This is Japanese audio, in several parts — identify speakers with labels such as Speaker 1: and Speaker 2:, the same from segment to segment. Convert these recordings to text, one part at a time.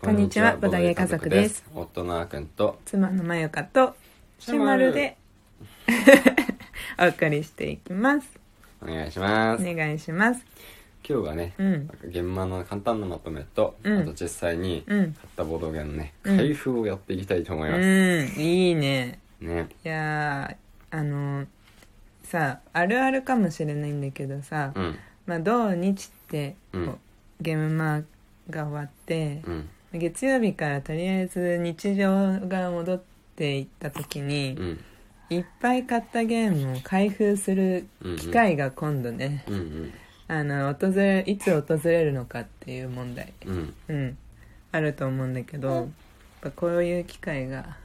Speaker 1: こんにちはボドゲ家族です。
Speaker 2: 夫のあーくんと、
Speaker 1: 妻のまゆかとシ
Speaker 2: シュ
Speaker 1: ュマ
Speaker 2: マル
Speaker 1: ルで お送りしていきます
Speaker 2: お願いします。
Speaker 1: お願いします
Speaker 2: 今日はね、
Speaker 1: うん
Speaker 2: なんか現場の簡単なまとめと、
Speaker 1: うん
Speaker 2: あと実際に買
Speaker 1: うん
Speaker 2: ったボードゲームのね、
Speaker 1: うん
Speaker 2: 開封をやっていきたいと思います。
Speaker 1: うんいいね
Speaker 2: ね。
Speaker 1: いやーあのーさあるあるかもしれないんだけどさ、
Speaker 2: うん。
Speaker 1: まあ土日ってこう
Speaker 2: うん
Speaker 1: ゲームマーが終わって
Speaker 2: う、ん。
Speaker 1: 月曜日からとりあえず日常が戻っていった時に
Speaker 2: う、ん。
Speaker 1: いっぱい買ったゲームを開封する
Speaker 2: うん。
Speaker 1: 機。会が今度ね、
Speaker 2: うんうん。
Speaker 1: あの訪れいつ訪れるのかっていう問題、
Speaker 2: うん。
Speaker 1: うん、あると思うんだけど、やっぱこういう機会が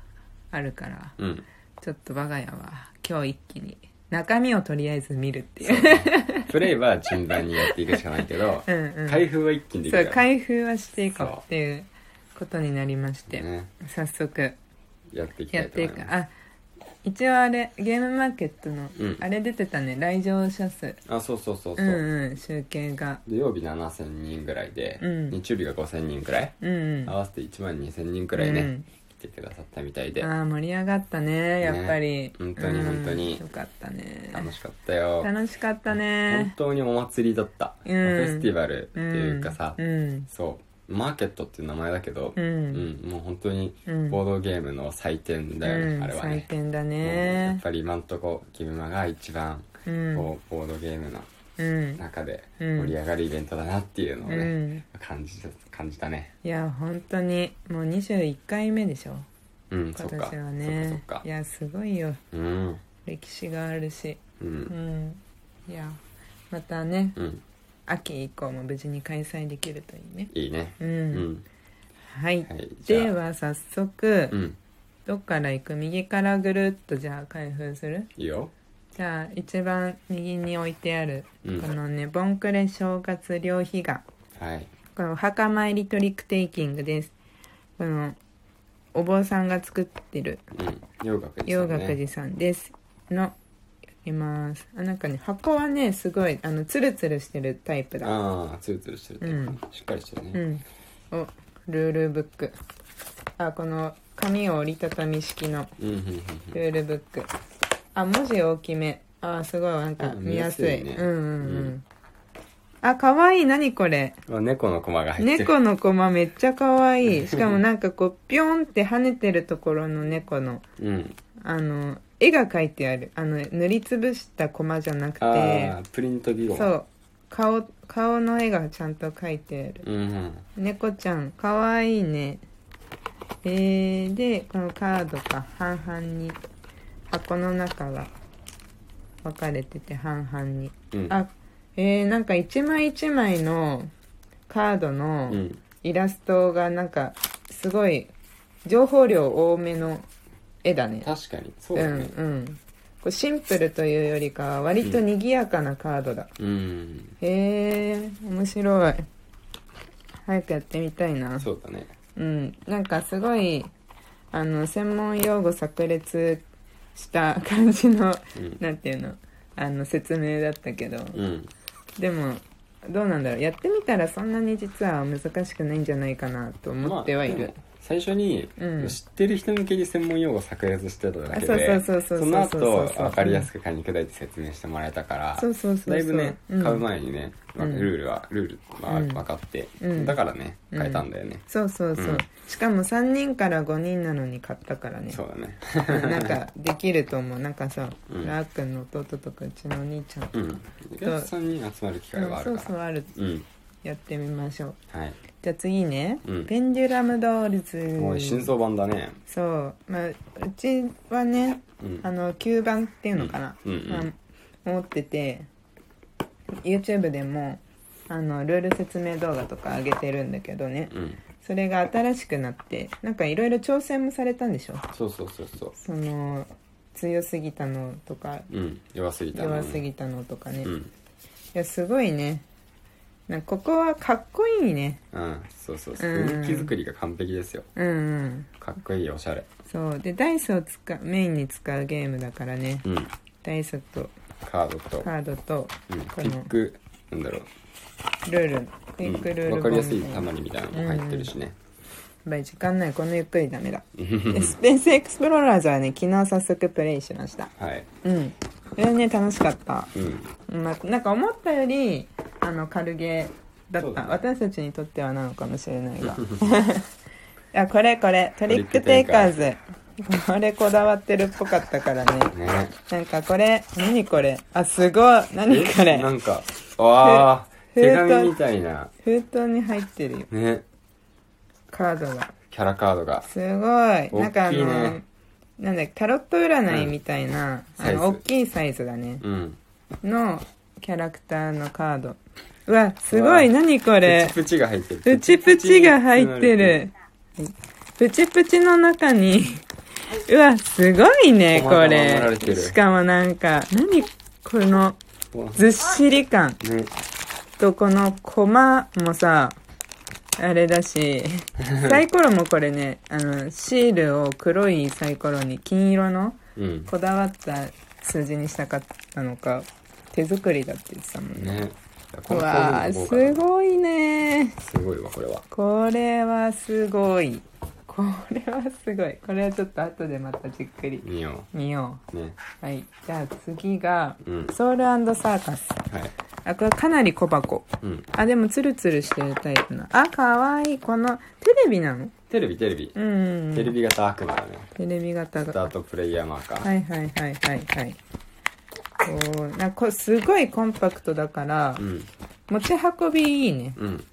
Speaker 1: あるから
Speaker 2: うん。
Speaker 1: ちょっと我が家は今日一気に中身をとりあえず見るっていう、
Speaker 2: プレイは順番にやっていくしかないけど
Speaker 1: うん、うん、
Speaker 2: 開封は一気にでき
Speaker 1: そ
Speaker 2: る
Speaker 1: う
Speaker 2: から。
Speaker 1: 開封はしていこうっていうことになりまして、
Speaker 2: ね。
Speaker 1: 早速
Speaker 2: やっていきた
Speaker 1: やっ
Speaker 2: いと
Speaker 1: て
Speaker 2: 思
Speaker 1: い
Speaker 2: い
Speaker 1: く
Speaker 2: ます。
Speaker 1: あ一応あれゲームマーケットの、
Speaker 2: うん
Speaker 1: あれ出てたね来場者数
Speaker 2: あ、そうそうそう
Speaker 1: う
Speaker 2: そ
Speaker 1: ん
Speaker 2: う。
Speaker 1: うん集計が
Speaker 2: 土曜日7000人ぐらいで
Speaker 1: うん、
Speaker 2: 日曜日が5000人ぐらい。
Speaker 1: うんうん
Speaker 2: 合わせて1万2000人くらいね、来てくださったみたい
Speaker 1: うん、
Speaker 2: で
Speaker 1: ああ盛り上がったねやっぱり、
Speaker 2: 本当に
Speaker 1: うん
Speaker 2: 本当に
Speaker 1: よかったね
Speaker 2: 楽しかったよ
Speaker 1: 楽しかった
Speaker 2: 本
Speaker 1: ね
Speaker 2: 当にお祭りだった、
Speaker 1: うん
Speaker 2: フェスティバルって
Speaker 1: ん
Speaker 2: いうかさ、
Speaker 1: うん
Speaker 2: そうマーケットっていう名前だけど、
Speaker 1: うん
Speaker 2: うんもう本当に
Speaker 1: うん
Speaker 2: ボードゲームの祭典だよね、
Speaker 1: うん
Speaker 2: あれは
Speaker 1: 祭
Speaker 2: ね、
Speaker 1: 典だ
Speaker 2: うんやっ
Speaker 1: ね
Speaker 2: ぱり今んとこギムマが一番
Speaker 1: うん
Speaker 2: こうボードゲームの
Speaker 1: うん
Speaker 2: 中で
Speaker 1: うん
Speaker 2: 盛り上がるイベントだなっていうのをね、
Speaker 1: うん
Speaker 2: 感じた感じたね
Speaker 1: いや本当にもう21回目でしょ
Speaker 2: うんそ
Speaker 1: 今
Speaker 2: っか
Speaker 1: 年はね
Speaker 2: そっかそ
Speaker 1: い
Speaker 2: っか
Speaker 1: やすごいよ
Speaker 2: うん
Speaker 1: 歴史があるし
Speaker 2: う
Speaker 1: うんんいやまたね
Speaker 2: うん
Speaker 1: 秋以降も無事に開催できるといいね
Speaker 2: いいね
Speaker 1: う、
Speaker 2: うんん
Speaker 1: はい、
Speaker 2: はいじゃあ
Speaker 1: では早速、
Speaker 2: うん
Speaker 1: どっから行く右からぐるっとじゃあ開封する
Speaker 2: いいよ
Speaker 1: じゃあ一番右に置いてある
Speaker 2: うん
Speaker 1: このね、ボンクレ正月両日が
Speaker 2: はい
Speaker 1: このお墓参りトリックテイキングですこのお坊さんが作ってる
Speaker 2: うん洋楽です
Speaker 1: 洋
Speaker 2: よね
Speaker 1: 楽寺さんですのやりますあなんかね箱はねすごいあのツルツルしてるタイプだ
Speaker 2: ああツルツルしてるっていうかしっかりしてる
Speaker 1: う
Speaker 2: ね
Speaker 1: んおルールブックあこの紙を折りたたみ式の
Speaker 2: うんうんうんうん
Speaker 1: ルールブックあ文字大きめあすごいなんか
Speaker 2: うん
Speaker 1: 見やすい
Speaker 2: 見やすいね
Speaker 1: うんうんうん、
Speaker 2: うん
Speaker 1: あかわいい何これ
Speaker 2: あ猫のコマが入ってる
Speaker 1: 猫のコマめっちゃ可愛いしかもなんかこうピョンって跳ねてるところの猫の
Speaker 2: うん
Speaker 1: あの絵が描いてあるあの塗りつぶしたコマじゃなく
Speaker 2: あ
Speaker 1: て
Speaker 2: あプリント技法
Speaker 1: そう顔顔の絵がちゃんと描いてある
Speaker 2: うんうん
Speaker 1: 猫ちゃん可愛いねえー、でこのカードが半々に箱の中が分かれてて半々に
Speaker 2: うん
Speaker 1: あえー、なんか一枚一枚のカードの、
Speaker 2: うん
Speaker 1: イラストがなんかすごい情報量多めの絵だね
Speaker 2: 確かにそう
Speaker 1: う
Speaker 2: だ
Speaker 1: ん
Speaker 2: ね
Speaker 1: うんこうシンプルというよりかは割と賑やかなカードだ、
Speaker 2: うん
Speaker 1: へえ面白い早くやってみたいな
Speaker 2: そうだね
Speaker 1: うんなんかすごいあの専門用語炸裂した感じ の
Speaker 2: うん
Speaker 1: なんていうのあの説明だったけど、
Speaker 2: うん
Speaker 1: でもどうなんだろうやってみたらそんなに実は難しくないんじゃないかなと思ってはい
Speaker 2: まあ
Speaker 1: る
Speaker 2: でも、最初に
Speaker 1: うん
Speaker 2: 知ってる人向けに専門用語炸裂してただけ
Speaker 1: あ
Speaker 2: で
Speaker 1: そうそうそうそうそう
Speaker 2: その
Speaker 1: そう
Speaker 2: 後
Speaker 1: そう
Speaker 2: 分かりやすく噛み砕いて説明してもらえたから
Speaker 1: そうそうそうそう
Speaker 2: だいぶね
Speaker 1: うん
Speaker 2: 買う前にねまあ
Speaker 1: うん
Speaker 2: ルールはルールまあ
Speaker 1: うん
Speaker 2: 分かって
Speaker 1: うん
Speaker 2: だからね買えたんだよね
Speaker 1: そうそうそう、
Speaker 2: うん
Speaker 1: しかも3人から5人なのに買ったからね
Speaker 2: そうだね
Speaker 1: なんかできると思うなんかさ、
Speaker 2: うん
Speaker 1: ラーくんの弟とかうちのお兄ちゃん、う
Speaker 2: うんお客さんに集まる機会はあ
Speaker 1: そ
Speaker 2: る
Speaker 1: う
Speaker 2: か
Speaker 1: そう
Speaker 2: ら
Speaker 1: ある
Speaker 2: うん
Speaker 1: やってみましょう
Speaker 2: はい
Speaker 1: じゃあ次ね、
Speaker 2: うん
Speaker 1: ペンデュラムドールズ
Speaker 2: もう新装版だね
Speaker 1: そうまあうちはね
Speaker 2: うん
Speaker 1: あの吸盤っていうのかな、
Speaker 2: うんうんうん
Speaker 1: まあ持ってて YouTube でもあのルール説明動画とか上げてるんだけどね
Speaker 2: うん
Speaker 1: それが新しくなってなんかいろいろ挑戦もされたんでしょ
Speaker 2: そうそうそうそう
Speaker 1: その強すぎたのとか
Speaker 2: うん弱すぎたな
Speaker 1: 弱すぎたのとかね、
Speaker 2: う
Speaker 1: い
Speaker 2: ん
Speaker 1: やすごいねなんかここはかっこいいね
Speaker 2: うんそうそうそう
Speaker 1: うん
Speaker 2: 雰囲気作りが完璧ですよ
Speaker 1: うんうん
Speaker 2: かっこいいおしゃれ
Speaker 1: そうでダイスを使うメインに使うゲームだからね
Speaker 2: うん
Speaker 1: ダイスと
Speaker 2: カードと
Speaker 1: カードと
Speaker 2: うんピ
Speaker 1: この
Speaker 2: ックなんだろう
Speaker 1: ルールクイックルール
Speaker 2: うん、わか
Speaker 1: 本み
Speaker 2: り
Speaker 1: た
Speaker 2: やすい
Speaker 1: な
Speaker 2: たまりみたいなのも入ってるしね、
Speaker 1: やばい時間ないこのゆっくりダメだ
Speaker 2: うん
Speaker 1: でスペースエクスプローラーズはね昨日早速プレイしました
Speaker 2: はい
Speaker 1: うんこれはね楽しかった、
Speaker 2: うん
Speaker 1: まあ、なんか思ったよりあの軽ゲーだっ
Speaker 2: そう
Speaker 1: た
Speaker 2: だね
Speaker 1: 私たちにとってはなのかもしれな いがいやこれこれトリックテイカーズこれこだわってるっぽかったからね
Speaker 2: ね
Speaker 1: なんかこれ何これあすごい何こ
Speaker 2: え
Speaker 1: れ
Speaker 2: なんかああ
Speaker 1: ふ封
Speaker 2: 手
Speaker 1: 筒
Speaker 2: 紙みたいな
Speaker 1: 封筒に入ってるよ
Speaker 2: ね
Speaker 1: カードが
Speaker 2: キャラカードが
Speaker 1: すごいなんかあ
Speaker 2: 大きい
Speaker 1: の、
Speaker 2: ね
Speaker 1: なんだっけタロット占いみたいな、
Speaker 2: うん
Speaker 1: あの
Speaker 2: サイ
Speaker 1: 大
Speaker 2: ズ
Speaker 1: きいサイズだね
Speaker 2: うん
Speaker 1: のキャラクターのカードうわすご
Speaker 2: う
Speaker 1: い
Speaker 2: わ
Speaker 1: 何これ
Speaker 2: プチプチが入ってる
Speaker 1: プチプチが入ってるプチプチの中 にうわすごいね
Speaker 2: 小
Speaker 1: こ
Speaker 2: 窓が盛ら
Speaker 1: れ
Speaker 2: れてる
Speaker 1: しかもなんか何この
Speaker 2: わ
Speaker 1: ずっしり感
Speaker 2: ね
Speaker 1: とこのコマもさあれだ しサイコロもこれねあのシールを黒いサイコロに金色の
Speaker 2: うん
Speaker 1: こだわった数字にしたかったのか手作りだって言ってたもんね
Speaker 2: ね
Speaker 1: うわー
Speaker 2: この
Speaker 1: すごいね
Speaker 2: すごいわこれは
Speaker 1: これはすごいこれはすごいこれはちょっと後でまたじっくり
Speaker 2: 見よ
Speaker 1: 見よ
Speaker 2: うね
Speaker 1: うはいじゃあ次が
Speaker 2: うん
Speaker 1: ソウルサーカス
Speaker 2: はい
Speaker 1: あこれかなり小箱
Speaker 2: うん
Speaker 1: あでもツルツルしてるタイプなあかわいいこのテレビなの
Speaker 2: テレビテレビ
Speaker 1: うんうんうん
Speaker 2: テレビ型悪魔だね
Speaker 1: テレビ型
Speaker 2: スタ
Speaker 1: が
Speaker 2: ートプレイヤーマーカー
Speaker 1: はいはいはいはいはいおーなんかこれすごいコンパクトだから
Speaker 2: うん
Speaker 1: 持ち運びいいね
Speaker 2: うん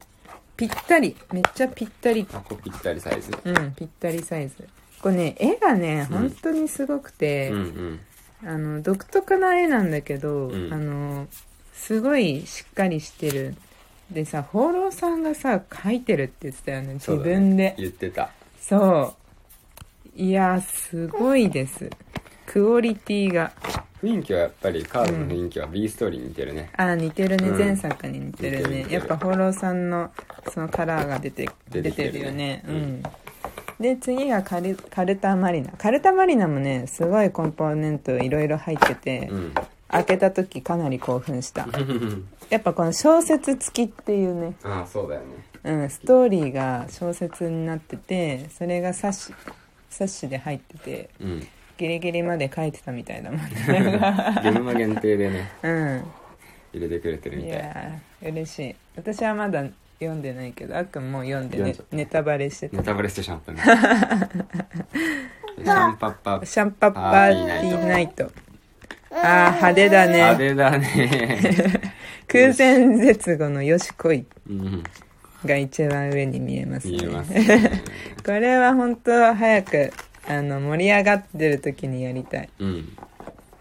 Speaker 1: ぴったりめっちゃぴったり
Speaker 2: あこうぴったりサイズ
Speaker 1: うんぴったりサイズこれね絵がね
Speaker 2: うん
Speaker 1: 本当にすごく
Speaker 2: う
Speaker 1: て、
Speaker 2: んうん
Speaker 1: あの独特な絵なんだけど、
Speaker 2: うん
Speaker 1: あのすごいしっかりしてるでさ放浪さんがさ描いてるって言ってたよね自
Speaker 2: そうだね
Speaker 1: 分で
Speaker 2: 言ってた
Speaker 1: そう。いや、すごいです。クオリティが。
Speaker 2: 雰囲気はやっぱりカードの雰囲気は B ストーリーに似てるね、
Speaker 1: あー、似てるね。
Speaker 2: うん
Speaker 1: 前作に似てる
Speaker 2: 似てる
Speaker 1: ね
Speaker 2: 似。て
Speaker 1: や
Speaker 2: る
Speaker 1: っぱ、放浪さんの、そのカラーが出て、出
Speaker 2: 出てきてる
Speaker 1: て
Speaker 2: ね
Speaker 1: るよね。う。
Speaker 2: うん
Speaker 1: で、次がカルカルタマリナ。カルタマリナもね、すごいコンポーネントいろいろ入ってて、
Speaker 2: うん
Speaker 1: 開けた時かなり興奮した。
Speaker 2: うん
Speaker 1: やっぱこの小説付きっていうね、
Speaker 2: ああそうだよね
Speaker 1: うん、ストーリーが小説になってて、それが冊子、冊子で入ってて、
Speaker 2: うん
Speaker 1: ギリギリまで書いてたみたいだもんね
Speaker 2: ゲーム限定でね
Speaker 1: う
Speaker 2: 入れてくれてる
Speaker 1: んい
Speaker 2: みたい
Speaker 1: やー嬉しい私はまだ読んでないけどあっくんもう読んで、ね
Speaker 2: 読ん、じゃった
Speaker 1: ネタバレして
Speaker 2: ネ
Speaker 1: た
Speaker 2: タバレしてしまった ねシャンパッパ
Speaker 1: シャンパッパーティーナイトあー派手だ
Speaker 2: 派
Speaker 1: ね
Speaker 2: 手だね
Speaker 1: 空前絶後のよしこい
Speaker 2: うん
Speaker 1: が一番上に見えますね
Speaker 2: 見えます ね
Speaker 1: これは本当早くあの盛り上がってる時にやりたい
Speaker 2: うん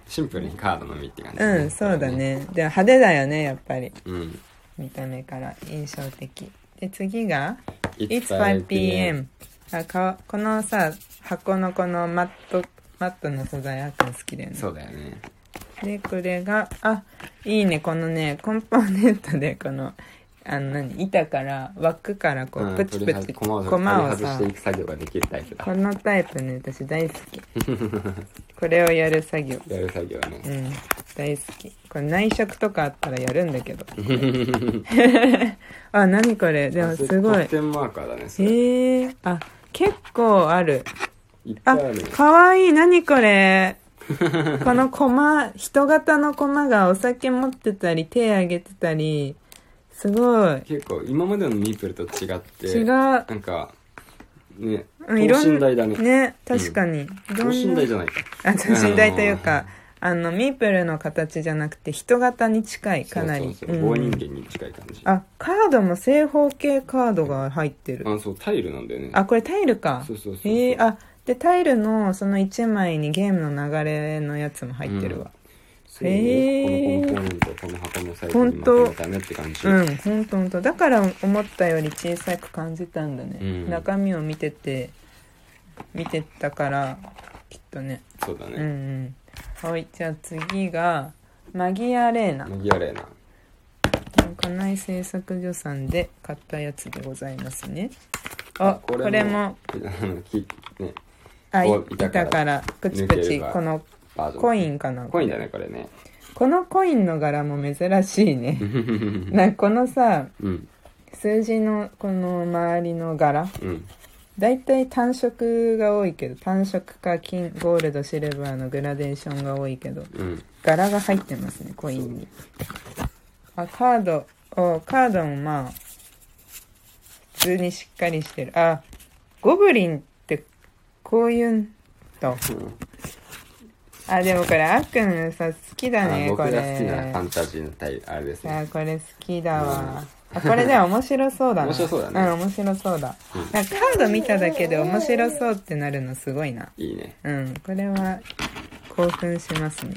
Speaker 2: シンプルにカードのみって感じ
Speaker 1: うん、そうだねでも派手だよねやっぱり
Speaker 2: うん
Speaker 1: 見た目から印象的で次が
Speaker 2: It's
Speaker 1: It's 5pm あかこのさ箱のこのマットマットの素材あっ好きだよね
Speaker 2: そうだよね
Speaker 1: でこれがあいいねこのねコンポーネントでこのあの何板から枠からこ
Speaker 2: う
Speaker 1: うんプチプ
Speaker 2: 取り外
Speaker 1: チ
Speaker 2: 駒を
Speaker 1: コマを
Speaker 2: 取り外し
Speaker 1: さ
Speaker 2: ていく作業ができるタイプだ
Speaker 1: このタイプね私大好 きこれをやる作業
Speaker 2: やる作業は
Speaker 1: う
Speaker 2: ね
Speaker 1: ん大好きこれ内職とかあったらやるんだ けど あ何これでもすごい
Speaker 2: 得点マーカーだねそれ
Speaker 1: へえー、あ結構ある
Speaker 2: いっぱ
Speaker 1: あ
Speaker 2: いあるね、
Speaker 1: かわいい。何これ。 このコマ、人型のコマがお酒持ってたり、手あげてたり、すごい。
Speaker 2: 結構今までのミープルと違って
Speaker 1: 違う
Speaker 2: なんかね等
Speaker 1: うんいろん
Speaker 2: 身大だね
Speaker 1: ね、確かに。
Speaker 2: 等身大じ
Speaker 1: ゃ
Speaker 2: ゃないか
Speaker 1: あ、等身大というか、あの、ミープルの形じゃなくて、人型に近い、かなり。
Speaker 2: そうそうそう
Speaker 1: う
Speaker 2: 棒
Speaker 1: ん
Speaker 2: 人間に近い感じあ
Speaker 1: あ、カードも正方形カードが入ってる。
Speaker 2: そうタイルなんだよね
Speaker 1: あ、これタイルか
Speaker 2: そう。そうそうそう
Speaker 1: へえあ、で、タイルのその1枚にゲームの流れのやつも入ってるわ。
Speaker 2: そうね
Speaker 1: へー
Speaker 2: このコンポーネントをこの箱のサイズにまとめたねって感じ
Speaker 1: うん、ほんとほんと。だから思ったより小さく感じたんだね。
Speaker 2: うん
Speaker 1: 中身を見てて、見てたから、きっとね。
Speaker 2: そうだ
Speaker 1: うん
Speaker 2: ね
Speaker 1: うん。はい、じゃあ次が、マギアレーナ。
Speaker 2: 麦わらやな
Speaker 1: 家内製作所さんで買ったやつでございますね。あ、これも、
Speaker 2: あのきね
Speaker 1: あ、い
Speaker 2: こう板から
Speaker 1: 板から、プチプ
Speaker 2: 抜け
Speaker 1: チ、
Speaker 2: れば
Speaker 1: この
Speaker 2: バージョン
Speaker 1: コインかな。
Speaker 2: コインだねこれね
Speaker 1: このコインの柄も珍しいね。なんかこのさ、
Speaker 2: うん
Speaker 1: 数字のこの周りの柄
Speaker 2: うん
Speaker 1: 大体単色が多いけど単色か金ゴールドシルバーのグラデーションが多いけど
Speaker 2: うん
Speaker 1: 柄が入ってますねコインにあカードおカードもまあ普通にしっかりしてるあゴブリンってこういうんと
Speaker 2: うん
Speaker 1: あでもこれあっくんさ好きだ
Speaker 2: あ
Speaker 1: ね
Speaker 2: 僕
Speaker 1: こ
Speaker 2: が
Speaker 1: れ
Speaker 2: 好きなファンタジーのタイあれです
Speaker 1: あ
Speaker 2: ね
Speaker 1: これ好きだわ、あこれでも面白そうだな
Speaker 2: 面白そうだね
Speaker 1: ん面白そうだ、
Speaker 2: うん
Speaker 1: なんかカード見ただけで面白そうってなるのすごいない
Speaker 2: いね
Speaker 1: うんこれは興奮しますね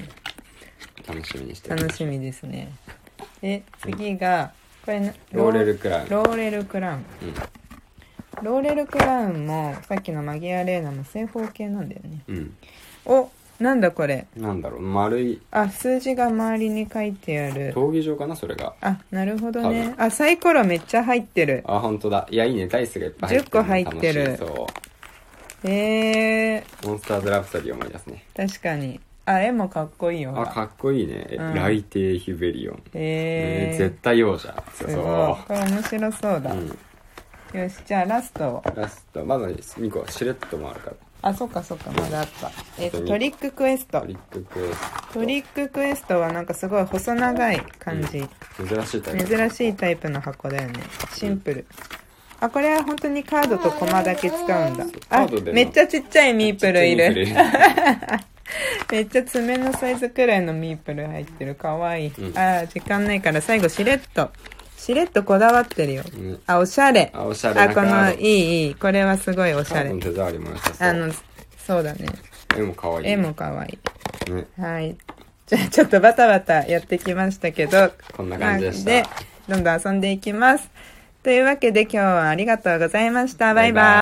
Speaker 2: 楽しみにしてる
Speaker 1: 楽しみですねで次がこれな
Speaker 2: ローレルクラウン
Speaker 1: ローレルクラウンローレルクラウンもさっきのマギア・レーナの正方形なんだよね
Speaker 2: うん、
Speaker 1: おなんだこれ
Speaker 2: うん、なんだろう丸い
Speaker 1: あ数字が周りに書いてある
Speaker 2: 闘技場かなそれが
Speaker 1: あなるほど
Speaker 2: 多
Speaker 1: ねあサイコロめっちゃ入ってる
Speaker 2: あ本当だいやいいねダイスがいっぱい入ってる
Speaker 1: 10個入ってる
Speaker 2: 楽しそ
Speaker 1: えー、
Speaker 2: うモンスターズラプソディ思い出すね
Speaker 1: 確かにあ絵もかっこいいよほ
Speaker 2: あ
Speaker 1: ら
Speaker 2: かっこいいね、
Speaker 1: うん
Speaker 2: ライテーヒュベリオン、
Speaker 1: え
Speaker 2: ね
Speaker 1: ー、
Speaker 2: 絶対王者強
Speaker 1: すご
Speaker 2: そ
Speaker 1: いこれ面白そう
Speaker 2: う、
Speaker 1: だ、
Speaker 2: うん、
Speaker 1: よしじゃあラストを
Speaker 2: ラストまだ2個シレットもあるから
Speaker 1: あそっかそっかまだあったえっと
Speaker 2: 本当に
Speaker 1: トリッククエスト
Speaker 2: トリッククエス
Speaker 1: トリッククエストはなんかすごい細長い感じ、
Speaker 2: ト珍しいタイプ
Speaker 1: 珍しいタイプの箱だよねシンプル、あこれは本当にカードとコマだけ使うんだ
Speaker 2: カ
Speaker 1: あ
Speaker 2: ードでも
Speaker 1: めっちゃちっちゃいミープルい
Speaker 2: ち
Speaker 1: る
Speaker 2: っ ちゃいミープルいる
Speaker 1: めっちゃ爪のサイズくらいのミープル入ってるかわいい、
Speaker 2: うん
Speaker 1: あー時間ないから最後しれっとしれっとこだわってるよ、
Speaker 2: うん
Speaker 1: あおしゃれ
Speaker 2: あおしゃれな
Speaker 1: あこ
Speaker 2: カ
Speaker 1: の
Speaker 2: ード
Speaker 1: いいいいこれはすごいおし
Speaker 2: カー
Speaker 1: ゃ
Speaker 2: ド
Speaker 1: れ
Speaker 2: の手触りも良さそう
Speaker 1: あのそうだね
Speaker 2: 絵も可愛い
Speaker 1: 絵もかわいい
Speaker 2: ね
Speaker 1: はいじゃあちょっとバタバタやってきましたけど
Speaker 2: こんな感じでした
Speaker 1: なんどんどん遊んでいきますというわけで今日はありがとうございましたバイバイ